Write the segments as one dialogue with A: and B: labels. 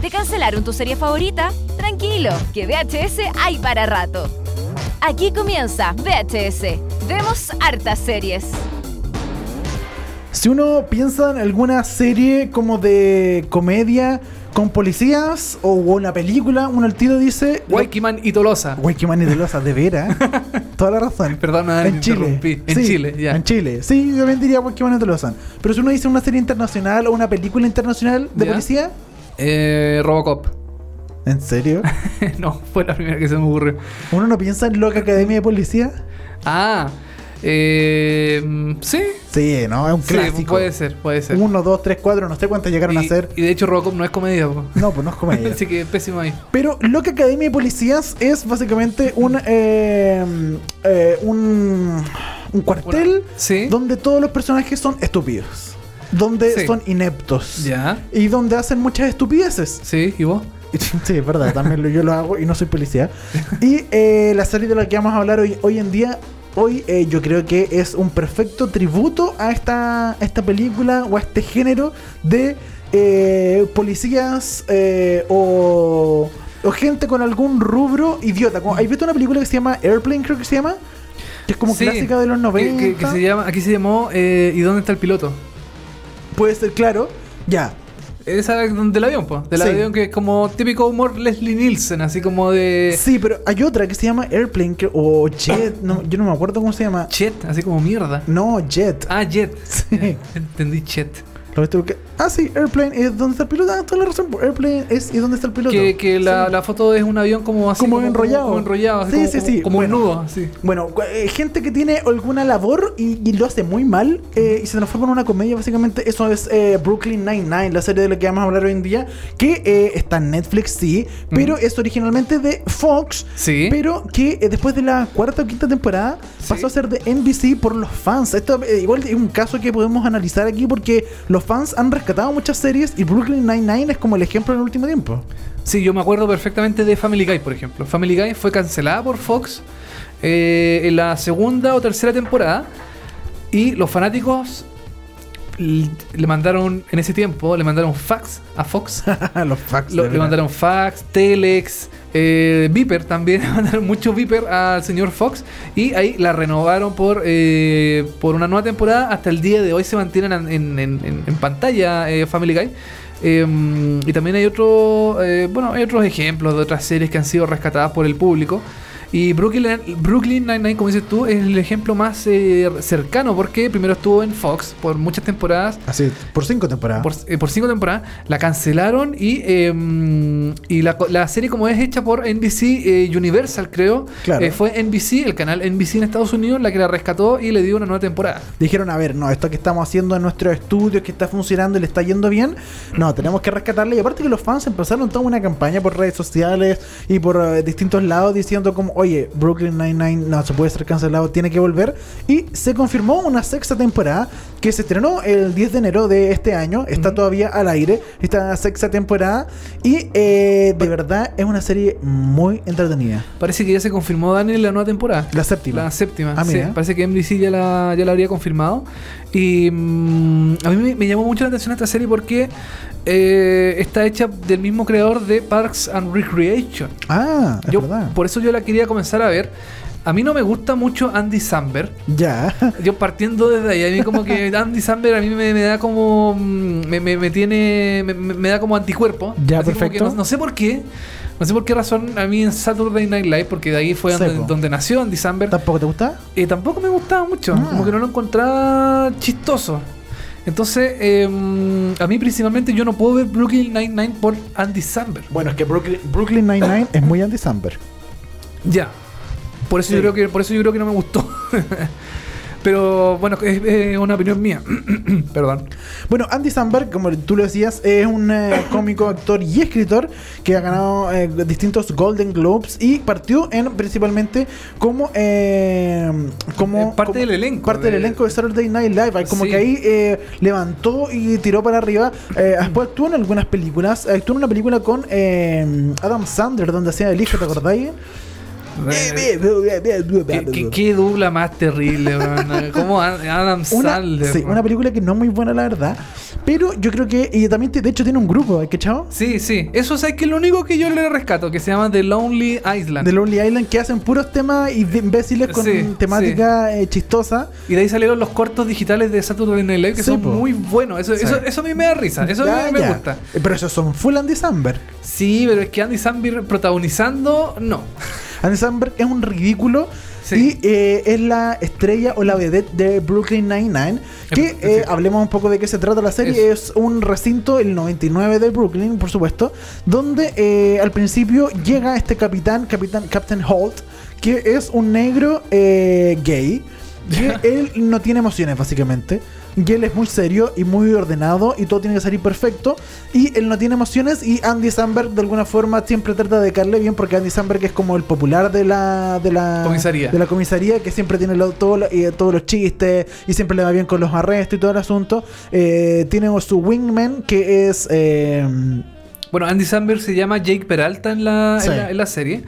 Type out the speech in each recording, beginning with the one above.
A: ¿Te cancelaron tu serie favorita? Tranquilo, que VHS hay para rato. Aquí comienza VHS. Vemos hartas series.
B: Si uno piensa en alguna serie como de comedia con policías o una película, uno al tiro dice...
C: Waikiman y Tolosa.
B: Waikimani de Losa, de veras. Toda la razón.
C: Perdón, Adán,
B: en
C: me
B: Chile.
C: interrumpí. En
B: Sí,
C: Chile, ya.
B: En Chile. Sí, yo también diría Waikimani de Losa. Pero si uno dice una serie internacional o una película internacional de
C: Ya.
B: policía...
C: Eh, Robocop.
B: ¿En serio?
C: no, fue la primera que se me ocurrió.
B: ¿Uno no piensa en Loca Academia de Policía?
C: Ah, eh, mm, sí.
B: Sí, ¿no? Es un
C: Sí, pues
B: clásico.
C: puede ser, puede ser.
B: Uno, dos, tres, cuatro, no sé cuántas llegaron a
C: y,
B: ser.
C: y de hecho Robocop no es comedia. po.
B: No, pues no es comedia.
C: Así que pésimo ahí.
B: Pero Loca Academia de Policías es básicamente un, eh, eh, un, un cuartel
C: Una- sí.
B: donde todos los personajes son estúpidos. Donde
C: Sí.
B: son ineptos.
C: Ya.
B: Y donde hacen muchas estupideces.
C: Sí, ¿y vos?
B: Sí, es verdad, también lo- yo lo hago y no soy policía. Y eh, la serie de la que vamos a hablar hoy, hoy en día, hoy eh, yo creo que es un perfecto tributo a esta, a esta película o a este género de eh, policías eh, o, o gente con algún rubro idiota. Como, ¿Has visto una película que se llama Airplane, creo que se llama? Que es como
C: Sí,
B: clásica de los
C: que-
B: 90.
C: Que, que se llama, aquí se llamó eh, ¿Y dónde está el piloto?
B: Puede ser, claro. Ya,
C: Esa es donde- del avión, pues. Del
B: Sí.
C: avión que es como típico humor Leslie Nielsen, así como de
B: Sí, pero hay otra que se llama Airplane que- o Jet, no, yo no me acuerdo cómo se llama.
C: Chet, así como mierda.
B: No, Jet.
C: Ah, Jet.
B: Sí.
C: Entendí Chet.
B: Lo viste porque- Ah, sí, Airplane es donde está el piloto. Ah, toda la razón. Airplane es y dónde está el piloto.
C: Que, que la, la foto es un avión como así.
B: Como enrollado.
C: Como enrollado,
B: Sí,
C: así como,
B: sí,
C: como-
B: sí.
C: Como
B: Bueno.
C: un nudo, así.
B: Bueno, cu- eh, gente que tiene alguna labor y, y lo hace muy mal eh, y se transforma en una comedia, básicamente eso es eh, Brooklyn Nine-Nine, la serie de la que vamos a hablar hoy en día, que eh, está en Netflix, sí, pero es originalmente de Fox,
C: Sí.
B: pero que eh, después de la cuarta o quinta temporada
C: Sí.
B: pasó a ser de NBC por los fans. Esto eh, igual es un caso que podemos analizar aquí porque los fans han rescatado muchas series y Brooklyn Nine-Nine es como el ejemplo en el último tiempo.
C: Sí, yo me acuerdo perfectamente de Family Guy, por ejemplo. Family Guy fue cancelada por Fox eh, en la segunda o tercera temporada. Y los fanáticos l- le mandaron, en ese tiempo, le mandaron fax a Fox.
B: los fans.
C: Lo- le mandaron fax, telex, eh, Viper también. Le mandaron mucho Viper al señor Fox. Y ahí la renovaron por, eh, por una nueva temporada. Hasta el día de hoy se mantienen en, en- en- en pantalla eh, Family Guy. Eh, y también hay, otro, eh, bueno, hay otros ejemplos de otras series que han sido rescatadas por el público. Y Brooklyn, Brooklyn Nine-Nine, como dices tú, es el ejemplo más eh, cercano porque primero estuvo en Fox por muchas temporadas
B: Así, por cinco temporadas.
C: por, eh, por cinco temporadas, la cancelaron y, eh, y la, co- la serie como es hecha por NBC eh, Universal, creo,
B: Claro.
C: eh, fue NBC, el canal NBC en Estados Unidos, la que la rescató y le dio una nueva temporada.
B: Dijeron, a ver, no, esto que estamos haciendo en nuestros estudios, que está funcionando y le está yendo bien, no, tenemos que rescatarle. Y aparte que los fans empezaron toda una campaña por redes sociales y por eh, distintos lados diciendo como, oye, Brooklyn Nine-Nine no se puede ser cancelado, tiene que volver. Y se confirmó una sexta temporada que se estrenó el 10 de enero de este año, está todavía al aire, esta sexta temporada. Y eh, de verdad es una serie muy entretenida.
C: Parece que ya se confirmó Daniel la nueva temporada.
B: La séptima.
C: La séptima,
B: Ah,
C: sí.
B: mira.
C: Parece que NBC ya la, ya la habría confirmado. Y mm, a mí me, me llamó mucho la atención esta serie porque eh, está hecha del mismo creador de Parks and Recreation.
B: Ah, es
C: Yo-
B: verdad.
C: por eso yo la quería comenzar a ver. A mí no me gusta mucho Andy Samberg.
B: Ya.
C: Yo partiendo desde ahí, a mí como que Andy Samberg a mí me, me da como. mm, Me, me- me tiene. Me, me- me da como anticuerpo.
B: Ya,
C: Así como que
B: perfecto.
C: no, no sé por qué. No sé por qué razón a mí en Saturday Night Live, porque de ahí fue
B: Sí,
C: donde,
B: po.
C: donde nació Andy Samberg.
B: ¿Tampoco te gusta?
C: eh, tampoco me gustaba mucho.
B: Ah.
C: Como que no lo encontraba chistoso. Entonces, eh, a mí principalmente yo no puedo ver Brooklyn Nine-Nine por Andy Samberg.
B: Bueno, es que Brooklyn, Brooklyn Nine-Nine es muy anti Samberg.
C: Ya. Por eso
B: Sí.
C: yo creo que por eso yo creo que no me gustó. Pero bueno, es, es una opinión mía. Perdón.
B: Bueno, Andy Samberg, como tú lo decías, es un eh, cómico, actor y escritor que ha ganado eh, distintos Golden Globes y partió en principalmente como eh, como
C: Eh, parte
B: como-
C: del elenco
B: parte del
C: de-
B: elenco de Saturday Night Live. Como
C: Sí.
B: que ahí eh, levantó y tiró para arriba. Eh, después actuó en algunas películas. Actuó en una película con eh, Adam Sandler donde hacía el hijo, ¿te acordáis?
C: Eh,
B: eh,
C: ¿Qué, qué- qué dubla más terrible, weón? ¿Cómo Ad- Adam
B: Una,
C: Sandler?
B: sí,
C: weón?
B: una película que no es muy buena, la verdad. Pero yo creo que. Y también, te- de hecho, tiene un grupo, ¿hay cachado?
C: Sí, sí. Eso es que lo único que yo le rescato, que se llama The Lonely Island.
B: De Lonely Island que hacen puros temas y de imbéciles con
C: Sí,
B: temática eh, chistosa.
C: Y de ahí salieron los cortos digitales de Saturday Night Live que
B: Sí,
C: son
B: po.
C: muy buenos. Eso,
B: Sí.
C: eso, eso a mí me da risa. Ah, Eso a
B: Ya,
C: mí me
B: ya.
C: gusta.
B: Eh, Pero esos son full Andy Samberg.
C: Sí, pero es que Andy Samberg protagonizando, no.
B: Andy Samberg es un ridículo.
C: Sí.
B: Y eh, es la estrella o la vedette de Brooklyn Nine-Nine. Que
C: Es-
B: eh,
C: sí.
B: hablemos un poco de qué se trata la serie. Es un recinto, el 99 de Brooklyn, por supuesto. Donde eh, al principio llega este capitán, capitán Captain Holt. Que es un negro eh, gay. Que él no tiene emociones, básicamente. Y él es muy serio y muy ordenado y todo tiene que salir perfecto. Y él no tiene emociones y Andy Samberg de alguna forma siempre trata de caerle bien porque Andy Samberg es como el popular de la, de la
C: Comisaría.
B: De la comisaría que siempre tiene lo- todo lo- eh, todos los chistes y siempre le va bien con los arrestos y todo el asunto. Eh, tiene su wingman que es... eh,
C: Bueno, Andy Samberg se llama Jake Peralta en la,
B: Sí.
C: en la, en la serie.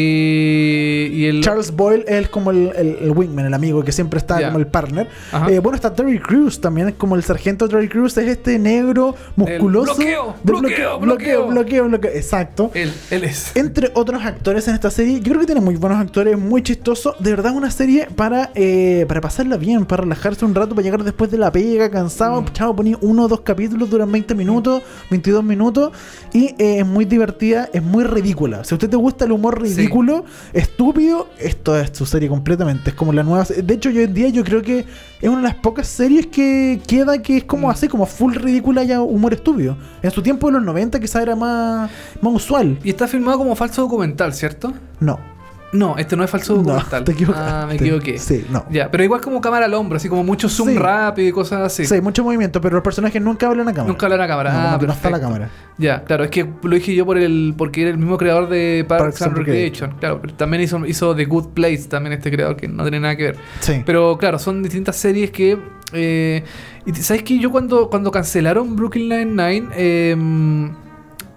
C: Y, y el...
B: Charles Boyle es como el, el- el wingman, el amigo que siempre está
C: Ya.
B: como el partner.
C: Ajá.
B: Eh, bueno, está Terry Crews también, es como el sargento Terry Crews, es este negro musculoso.
C: bloqueo,
B: de
C: bloqueo, bloqueo.
B: bloqueo, bloqueo, bloqueo. Exacto.
C: Él, él es.
B: Entre otros actores en esta serie, yo creo que tiene muy buenos actores, muy chistoso. De verdad, una serie para, eh, para pasarla bien, para relajarse un rato, para llegar después de la pega, cansado.
C: Mm.
B: Chavo, poní uno o dos capítulos, duran 20 minutos, 22 minutos. Y eh, es muy divertida, es muy ridícula. Si a usted te gusta el humor
C: Sí.
B: ridículo, estúpido, esto es su serie completamente. Es como la nueva. se- De hecho, hoy en día yo creo que es una de las pocas series que queda que es como
C: Mm.
B: así, como full ridícula y humor estúpido. En su tiempo de los 90 quizá era más, más usual.
C: Y está filmado como falso documental, ¿cierto?
B: No.
C: No, este no es falso
B: No,
C: documental.
B: te equivocaste.
C: Ah, me equivoqué.
B: Sí, no.
C: Ya, pero igual como cámara al hombro, así como mucho zoom
B: Sí.
C: rápido y cosas así.
B: Sí, mucho movimiento, pero los personajes nunca hablan a cámara.
C: Nunca hablan a cámara.
B: No,
C: Ah,
B: como que no está la
C: perfecto.
B: cámara.
C: Ya, claro, es que lo dije yo por el porque era el mismo creador de Parks
B: Parks
C: and
B: and
C: Recreation. Claro, pero también hizo, hizo The Good Place, también este creador que no tiene nada que ver.
B: Sí.
C: Pero claro, son distintas series que. eh, y t- ¿Sabes que Yo cuando, cuando cancelaron Brooklyn Nine-Nine, eh,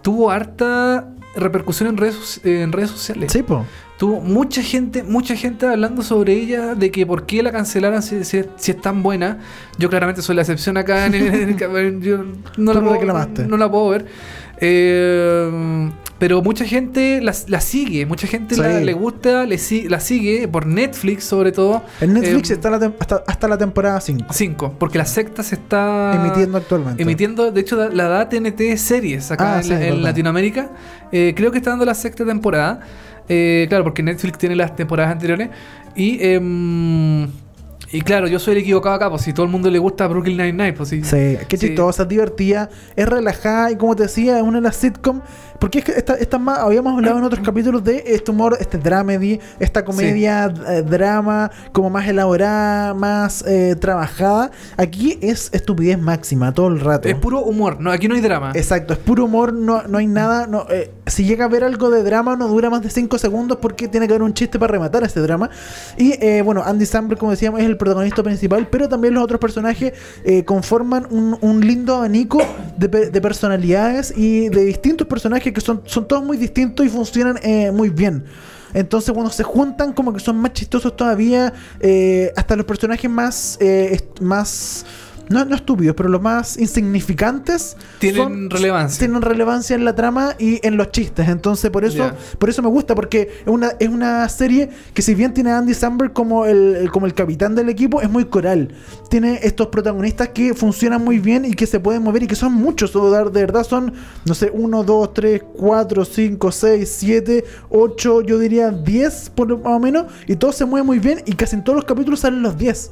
C: tuvo harta repercusión en redes, soci- en redes sociales.
B: sí, po.
C: Tuvo mucha gente, mucha gente hablando sobre ella, de que por qué la cancelaron si, si- si es tan buena. Yo claramente soy la excepción acá en el, en el- yo no, la
B: Tú
C: puedo,
B: reclamaste.
C: no la puedo ver. Eh, pero mucha gente la, la sigue, mucha gente
B: Sí.
C: la, le gusta, le, si- la sigue por Netflix sobre todo.
B: En Netflix
C: Eh,
B: está la tem- hasta, hasta la temporada 5.
C: Cinco, porque la secta se está
B: emitiendo actualmente.
C: ah, emitiendo, de hecho da- la da TNT series acá
B: Ah,
C: en,
B: sí,
C: la-
B: es
C: en
B: verdad.
C: Latinoamérica. Eh, creo que está dando la sexta temporada. Eh, claro, porque Netflix tiene las temporadas anteriores. Y, em, y claro, yo soy el equivocado acá, pues si todo el mundo le gusta Brooklyn Nine-Nine, pues sí.
B: Sí, qué
C: Sí.
B: chistosa, es divertida, es relajada y como te decía, es una de las sitcom. Porque es que esta, esta más, habíamos hablado en otros capítulos de este humor, este dramedy, esta comedia, eh, drama, como más elaborada, más eh, trabajada. Aquí es estupidez máxima todo el rato.
C: Es puro humor, no, aquí no hay drama.
B: Exacto, es puro humor, no, no hay nada. No, eh, si llega a haber algo de drama, no dura más de 5 segundos porque tiene que haber un chiste para rematar ese drama. Y eh, bueno, Andy Samberg, como decíamos, es el protagonista principal, pero también los otros personajes eh, conforman un, un lindo abanico de, pe- de personalidades y de distintos personajes que son, son todos muy distintos y funcionan eh, muy bien. Entonces, cuando se juntan, como que son más chistosos todavía. eh, hasta los personajes más. eh, est- más no, no estúpidos, pero los más insignificantes
C: Tienen
B: son-
C: relevancia.
B: Tienen relevancia en la trama y en los chistes. Entonces, por eso,
C: Ya.
B: por eso me gusta, porque es una, es una serie que si bien tiene a Andy Samberg como el, el- como el capitán del equipo, es muy coral. Tiene estos protagonistas que funcionan muy bien y que se pueden mover y que son muchos. o dar- De verdad son, no sé, 1, 2, 3, 4, 5, 6, 7, 8, yo diría 10 por lo- más o menos. Y todos se mueven muy bien y casi en todos los capítulos salen los 10.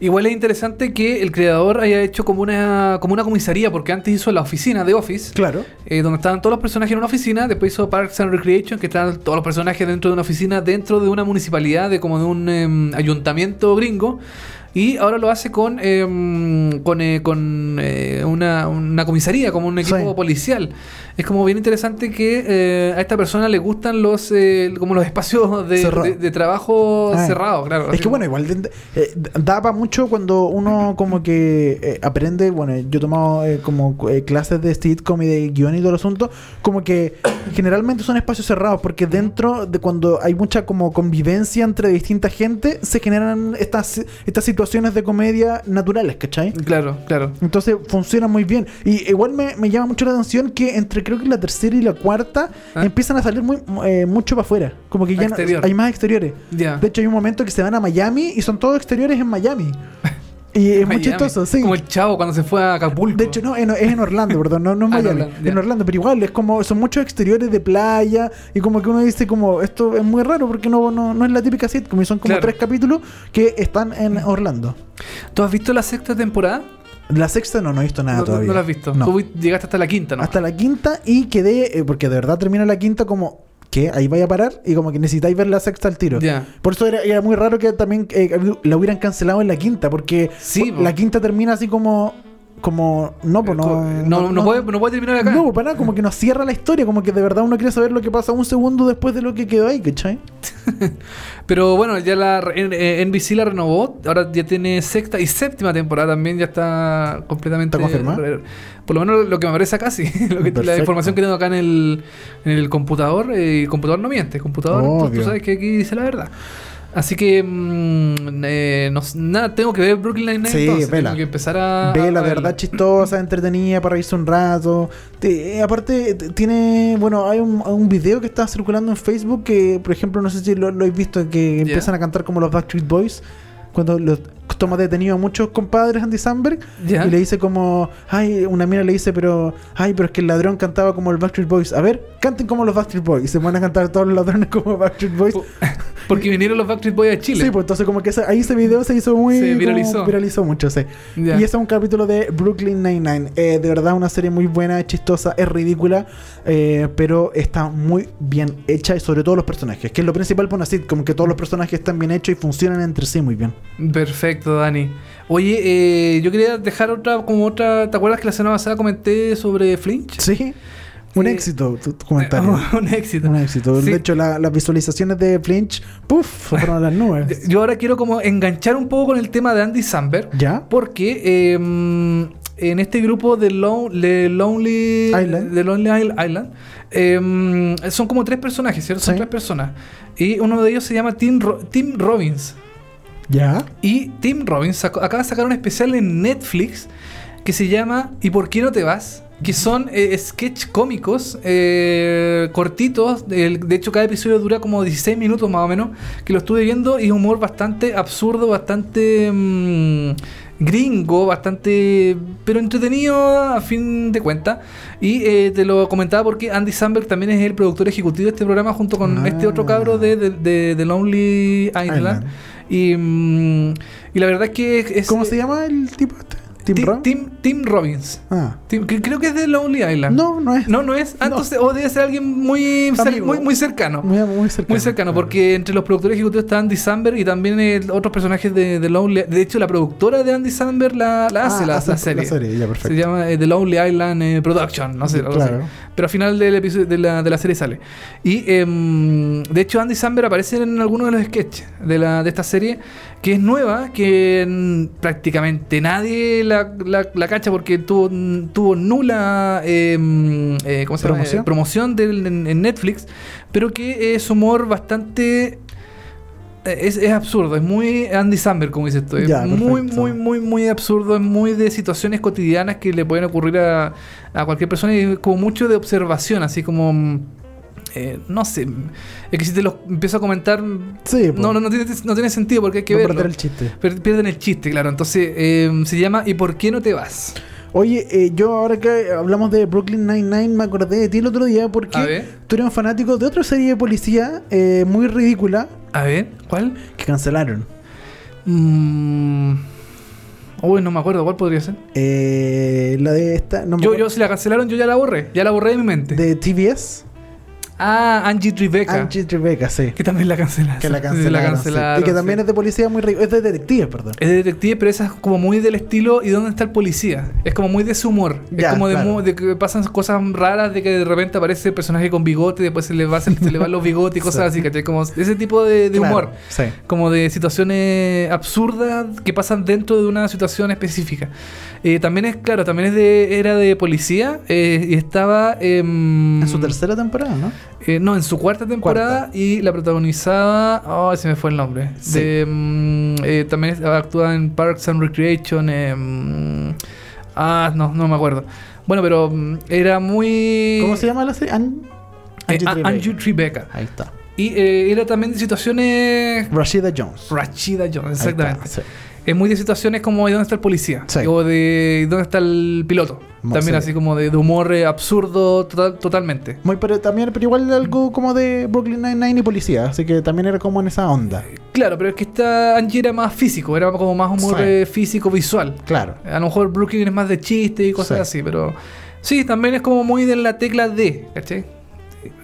C: Igual es interesante que el creador haya hecho como una, como una comisaría, porque antes hizo la oficina de Office.
B: Claro.
C: eh, donde estaban todos los personajes en una oficina. Después hizo Parks and Recreation, que estaban todos los personajes dentro de una oficina, dentro de una municipalidad, de como de un em, ayuntamiento gringo. Y ahora lo hace con em, con, eh, con, eh, una, una comisaría, como un equipo
B: Sí.
C: policial. Es como bien interesante que eh, a esta persona le gustan los eh, como los espacios de,
B: Cerrado.
C: de- de trabajo
B: Ah.
C: cerrados, claro.
B: Es
C: Así
B: que
C: como-
B: bueno, igual de- eh, da para mucho cuando uno como que eh, aprende, bueno, yo he tomado eh, como eh, clases de sitcom y de guión y todo el asunto, como que generalmente son espacios cerrados, porque dentro de cuando hay mucha como convivencia entre distinta gente, se generan estas, estas situaciones de comedia naturales, ¿cachai?
C: Claro, claro.
B: Entonces funciona muy bien. Y igual me, me llama mucho la atención que entre creo que la tercera y la cuarta
C: Ah.
B: empiezan a salir muy eh, mucho para afuera. Como que ya no-
C: Exterior.
B: hay más exteriores.
C: Ya.
B: De hecho, hay un momento que se van a Miami y son todos exteriores en Miami. Y es muy
C: Miami.
B: chistoso, sí.
C: Como el chavo cuando se fue a Acapulco.
B: De hecho, no, en- es en Orlando, perdón, no, no en
C: Ah, en
B: Miami.
C: Orlando, ya.
B: en Orlando, pero igual, es como, son muchos exteriores de playa y como que uno dice como, esto es muy raro porque no, no, no es la típica sitcom y son como
C: Claro.
B: tres capítulos que están en Orlando.
C: ¿Tú has visto la sexta temporada?
B: La sexta no, no he visto nada
C: no, no-
B: Ah, todavía.
C: no la has visto.
B: No.
C: Tú llegaste hasta la quinta, ¿no?
B: Hasta la quinta y quedé, eh, porque de verdad termina la quinta como, que Ahí vaya a parar y como que necesitáis ver la sexta al tiro.
C: Ya.
B: Por eso era, era muy raro que también eh, la hubieran cancelado en la quinta, porque
C: Sí,
B: la
C: po.
B: quinta termina así como... Como, no, pues no.
C: no, no, puede, no puede terminar acá.
B: No, para nada, como que nos cierra la historia, como que de verdad uno quiere saber lo que pasa un segundo después de lo que quedó ahí, ¿cachai?
C: Pero bueno, ya la re- en- eh, NBC la renovó, ahora ya tiene sexta y séptima temporada también, ya está completamente
B: ¿Está confirmada?
C: re- Por lo menos lo que me aparece acá sí, lo que- la
B: Perfecto.
C: información que tengo acá en el, en el computador, eh, el computador no miente, el computador tú- tú,
B: Obvio.
C: sabes que aquí dice la verdad. Así que mm, eh, no s- nada, tengo que ver Brooklyn Nine-Nine
B: Sí,
C: entonces,
B: vela.
C: tengo que empezar a...
B: Ve la
C: a verla.
B: verdad chistosa, entretenida, para irse un rato. Te- eh, aparte, t- tiene, bueno, hay un, un video que está circulando en Facebook que, por ejemplo, no sé si lo, lo habéis visto, que empiezan a cantar como los Backstreet Boys. Cuando los toma detenido a muchos compadres Andy Samberg
C: Ya.
B: y le dice como, ay, una mina le dice, pero, ay, pero es que el ladrón cantaba como los Backstreet Boys. A ver, canten como los Backstreet Boys. Y se van a cantar todos los ladrones como Backstreet Boys.
C: Porque vinieron los Backstreet Boys a Chile.
B: Sí, pues entonces como que ese- ahí ese video se hizo muy...
C: Se
B: como
C: viralizó.
B: viralizó mucho, sí.
C: Ya.
B: Y ese es un capítulo de Brooklyn Nine-Nine. Eh, de verdad una serie muy buena, es chistosa, es ridícula, eh, pero está muy bien hecha y sobre todo los personajes, que es lo principal para una sitcom, que todos los personajes están bien hechos y funcionan entre sí muy bien.
C: Perfecto, Dani. Oye, eh, yo quería dejar otra, como otra, ¿te acuerdas que la semana pasada comenté sobre Flinch?
B: Sí, un
C: Sí.
B: éxito tu, tu comentario.
C: un éxito.
B: un éxito.
C: Sí.
B: De hecho, la- las visualizaciones de Flinch, puff, fueron a las nubes.
C: Yo ahora quiero como enganchar un poco con el tema de Andy Samberg.
B: ¿Ya?
C: Porque eh, en este grupo de, Lon- de Lonely
B: Island.
C: de Lonely Isle- Island eh, son como tres personajes, ¿cierto? Son
B: Sí.
C: tres personas. Y uno de ellos se llama Tim, Ro- Tim Robbins.
B: ¿Ya?
C: Y Tim Robbins sacó- acaba de sacar un especial en Netflix que se llama ¿Y por qué no te vas? Que son eh, sketch cómicos eh, cortitos. del- De, hecho, cada episodio dura como 16 minutos más o menos. Que lo estuve viendo y es humor bastante absurdo, bastante mm, gringo, bastante. pero entretenido a fin de cuentas. Y eh, te lo comentaba porque Andy Samberg también es el productor ejecutivo de este programa junto con
B: Ah.
C: este otro cabro de, de, de- de Lonely Island.
B: Island.
C: Y, mm, y la verdad es que es. es-
B: ¿Cómo
C: eh,
B: se llama el tipo este? ¿Tim
C: Tim,
B: Roth?
C: Tim, Tim Robbins.
B: Ah.
C: Tim- que- creo que es de Lonely Island.
B: No, no es.
C: No, no es. Ah,
B: No.
C: entonces, o debe ser alguien muy, cer-
B: Amigo.
C: muy, muy cercano.
B: Muy, muy cercano.
C: Muy cercano, porque entre los productores ejecutivos está Andy Samberg y también eh, otros personajes de, de Lonely De hecho, la productora de Andy Samberg la, la hace
B: Ah,
C: la,
B: hace
C: la serie.
B: ya,
C: Se
B: perfecto.
C: llama eh, The Lonely Island eh, Production, no sé. algo así.
B: Claro.
C: Pero al final del episodio de la, de la serie sale. Y em, de hecho, Andy Samberg aparece en algunos de los sketches de, la, de esta serie, que es nueva, que mm, prácticamente nadie la, la- la cacha porque tuvo, tuvo nula em, eh, ¿cómo se llama?
B: Promoción.
C: Eh, promoción del- en, en Netflix, pero que es humor bastante. eh, Es, es absurdo, es muy Andy Samberg, como dices tú. Es
B: Ya,
C: muy,
B: perfecto.
C: muy, muy, muy absurdo, es muy de situaciones cotidianas que le pueden ocurrir a, a cualquier persona y como mucho de observación, así como... mm, eh, no sé, es que si te lo empiezo a comentar...
B: Sí,
C: No, no, no, tiene, no tiene sentido porque hay que
B: No
C: verlo.
B: perder el chiste.
C: Per- Pierden el chiste, claro. Entonces eh, se llama ¿Y por qué no te vas?
B: Oye, eh, yo ahora que hablamos de Brooklyn Nine-Nine, me acordé de ti el otro día porque
C: A ver.
B: tú eres un fanático de otra serie de policía eh, muy ridícula
C: A ver, ¿cuál?
B: que cancelaron.
C: Mm, uy, no me acuerdo, ¿cuál podría ser?
B: Eh, la de esta, no me
C: Yo, yo,
B: acuerdo,
C: si la cancelaron, yo ya la borré. Ya la borré de mi mente.
B: de TBS,
C: Ah, Angie Tribeca.
B: Angie Tribeca, sí,
C: Que también la cancelaron.
B: que la
C: Sí,
B: cancelaron, sí. y que
C: sí.
B: también es de policía muy ridícula, es de detectives, perdón.
C: Es de detective, pero esa es como muy del estilo ¿y dónde está el policía? Es como muy de su humor. es
B: Ya,
C: como de,
B: claro.
C: mu- de que pasan cosas raras, de que de repente aparece el personaje con bigote y después se le, va, se, le van los bigotes y cosas así, ¿cachai? Como ese tipo de, de
B: Claro,
C: humor.
B: sí.
C: Como de situaciones absurdas que pasan dentro de una situación específica. Eh, también es, claro, también es de, era de policía eh, y estaba...
B: En su tercera temporada, ¿no?
C: eh, no, en su cuarta temporada y la protagonizaba. Oh, se me fue el nombre.
B: Sí.
C: De, mm, eh, también es- actúa en Parks and Recreation. eh, mm, ah, no, no me acuerdo. Bueno, pero mm, era muy.
B: ¿Cómo se llama la serie? An-
C: Eh,
B: Angie
C: a-
B: Tribeca.
C: Andrew Tribeca.
B: Ahí está.
C: Y eh, era también de situaciones.
B: Rashida Jones.
C: Rachida Jones,
B: Ahí está,
C: exactamente.
B: sí.
C: Es muy de situaciones como ¿y dónde está el policía?
B: Sí.
C: O de ¿y dónde está el piloto?
B: Mo-
C: También
B: sí.
C: así como de, de humor eh, absurdo total- totalmente.
B: Muy, pero también, pero igual algo como de Brooklyn Nine-Nine y policía, así que también era como en esa onda.
C: Claro, pero es que esta Angie era más físico, era como más humor
B: Sí.
C: eh, físico visual.
B: Claro.
C: A lo mejor Brooklyn es más de chiste y cosas
B: Sí.
C: así, pero sí, también es como muy de la tecla D, ¿cachai?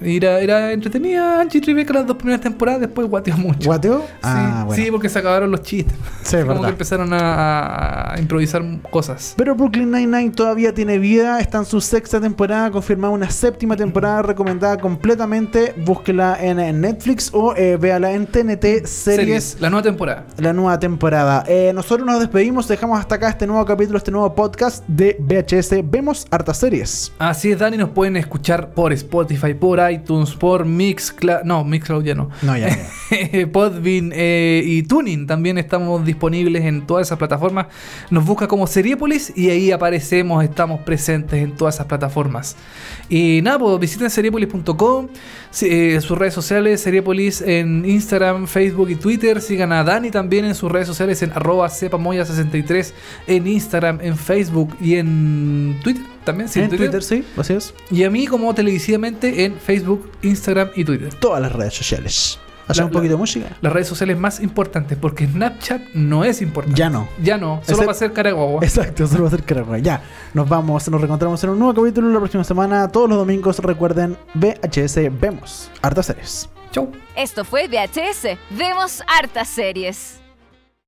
C: Era, era entretenida Angie Tribeca las dos primeras temporadas, después guateó mucho.
B: ¿Guateo?
C: Sí,
B: Ah, bueno.
C: sí, porque se acabaron los chistes.
B: Sí, es
C: como que
B: verdad.
C: empezaron a, a improvisar cosas.
B: Pero Brooklyn Nine-Nine todavía tiene vida, está en su sexta temporada, confirmada una séptima temporada recomendada completamente. Búsquela en eh, Netflix o eh, véala en TNT Series.
C: La nueva temporada.
B: La nueva temporada. Eh, nosotros nos despedimos, dejamos hasta acá este nuevo capítulo, este nuevo podcast de VHS. Vemos hartas series.
C: Así es, Dani, nos pueden escuchar por Spotify, por iTunes, por Mixcloud. No, Mixcloud ya no.
B: No, ya. ya.
C: Podbean eh, y Tuning también estamos disponibles en todas esas plataformas. Nos busca como Seriepolis y ahí aparecemos, estamos presentes en todas esas plataformas. Y nada, pues visiten seriepolis.com, si- eh, sus redes sociales, Seriepolis en Instagram, Facebook y Twitter. Sigan a Dani también en sus redes sociales en arroba cepamoya63 en Instagram, en Facebook y en Twitter también. sí,
B: en Twitter, sí, así es.
C: Y a mí como televisivamente en Facebook, Instagram y Twitter.
B: Todas las redes sociales.
C: La-
B: Hacemos un
C: la-
B: poquito de música.
C: las redes sociales más importantes, porque Snapchat no es importante.
B: Ya no.
C: Ya no, solo
B: Except-
C: va a ser Caraguagua.
B: Exacto, solo va a ser Caragua. Ya, nos vamos, nos reencontramos en un nuevo capítulo la próxima semana. Todos los domingos, recuerden, VHS, vemos hartas series.
C: Chau.
A: Esto fue VHS. Vemos hartas series.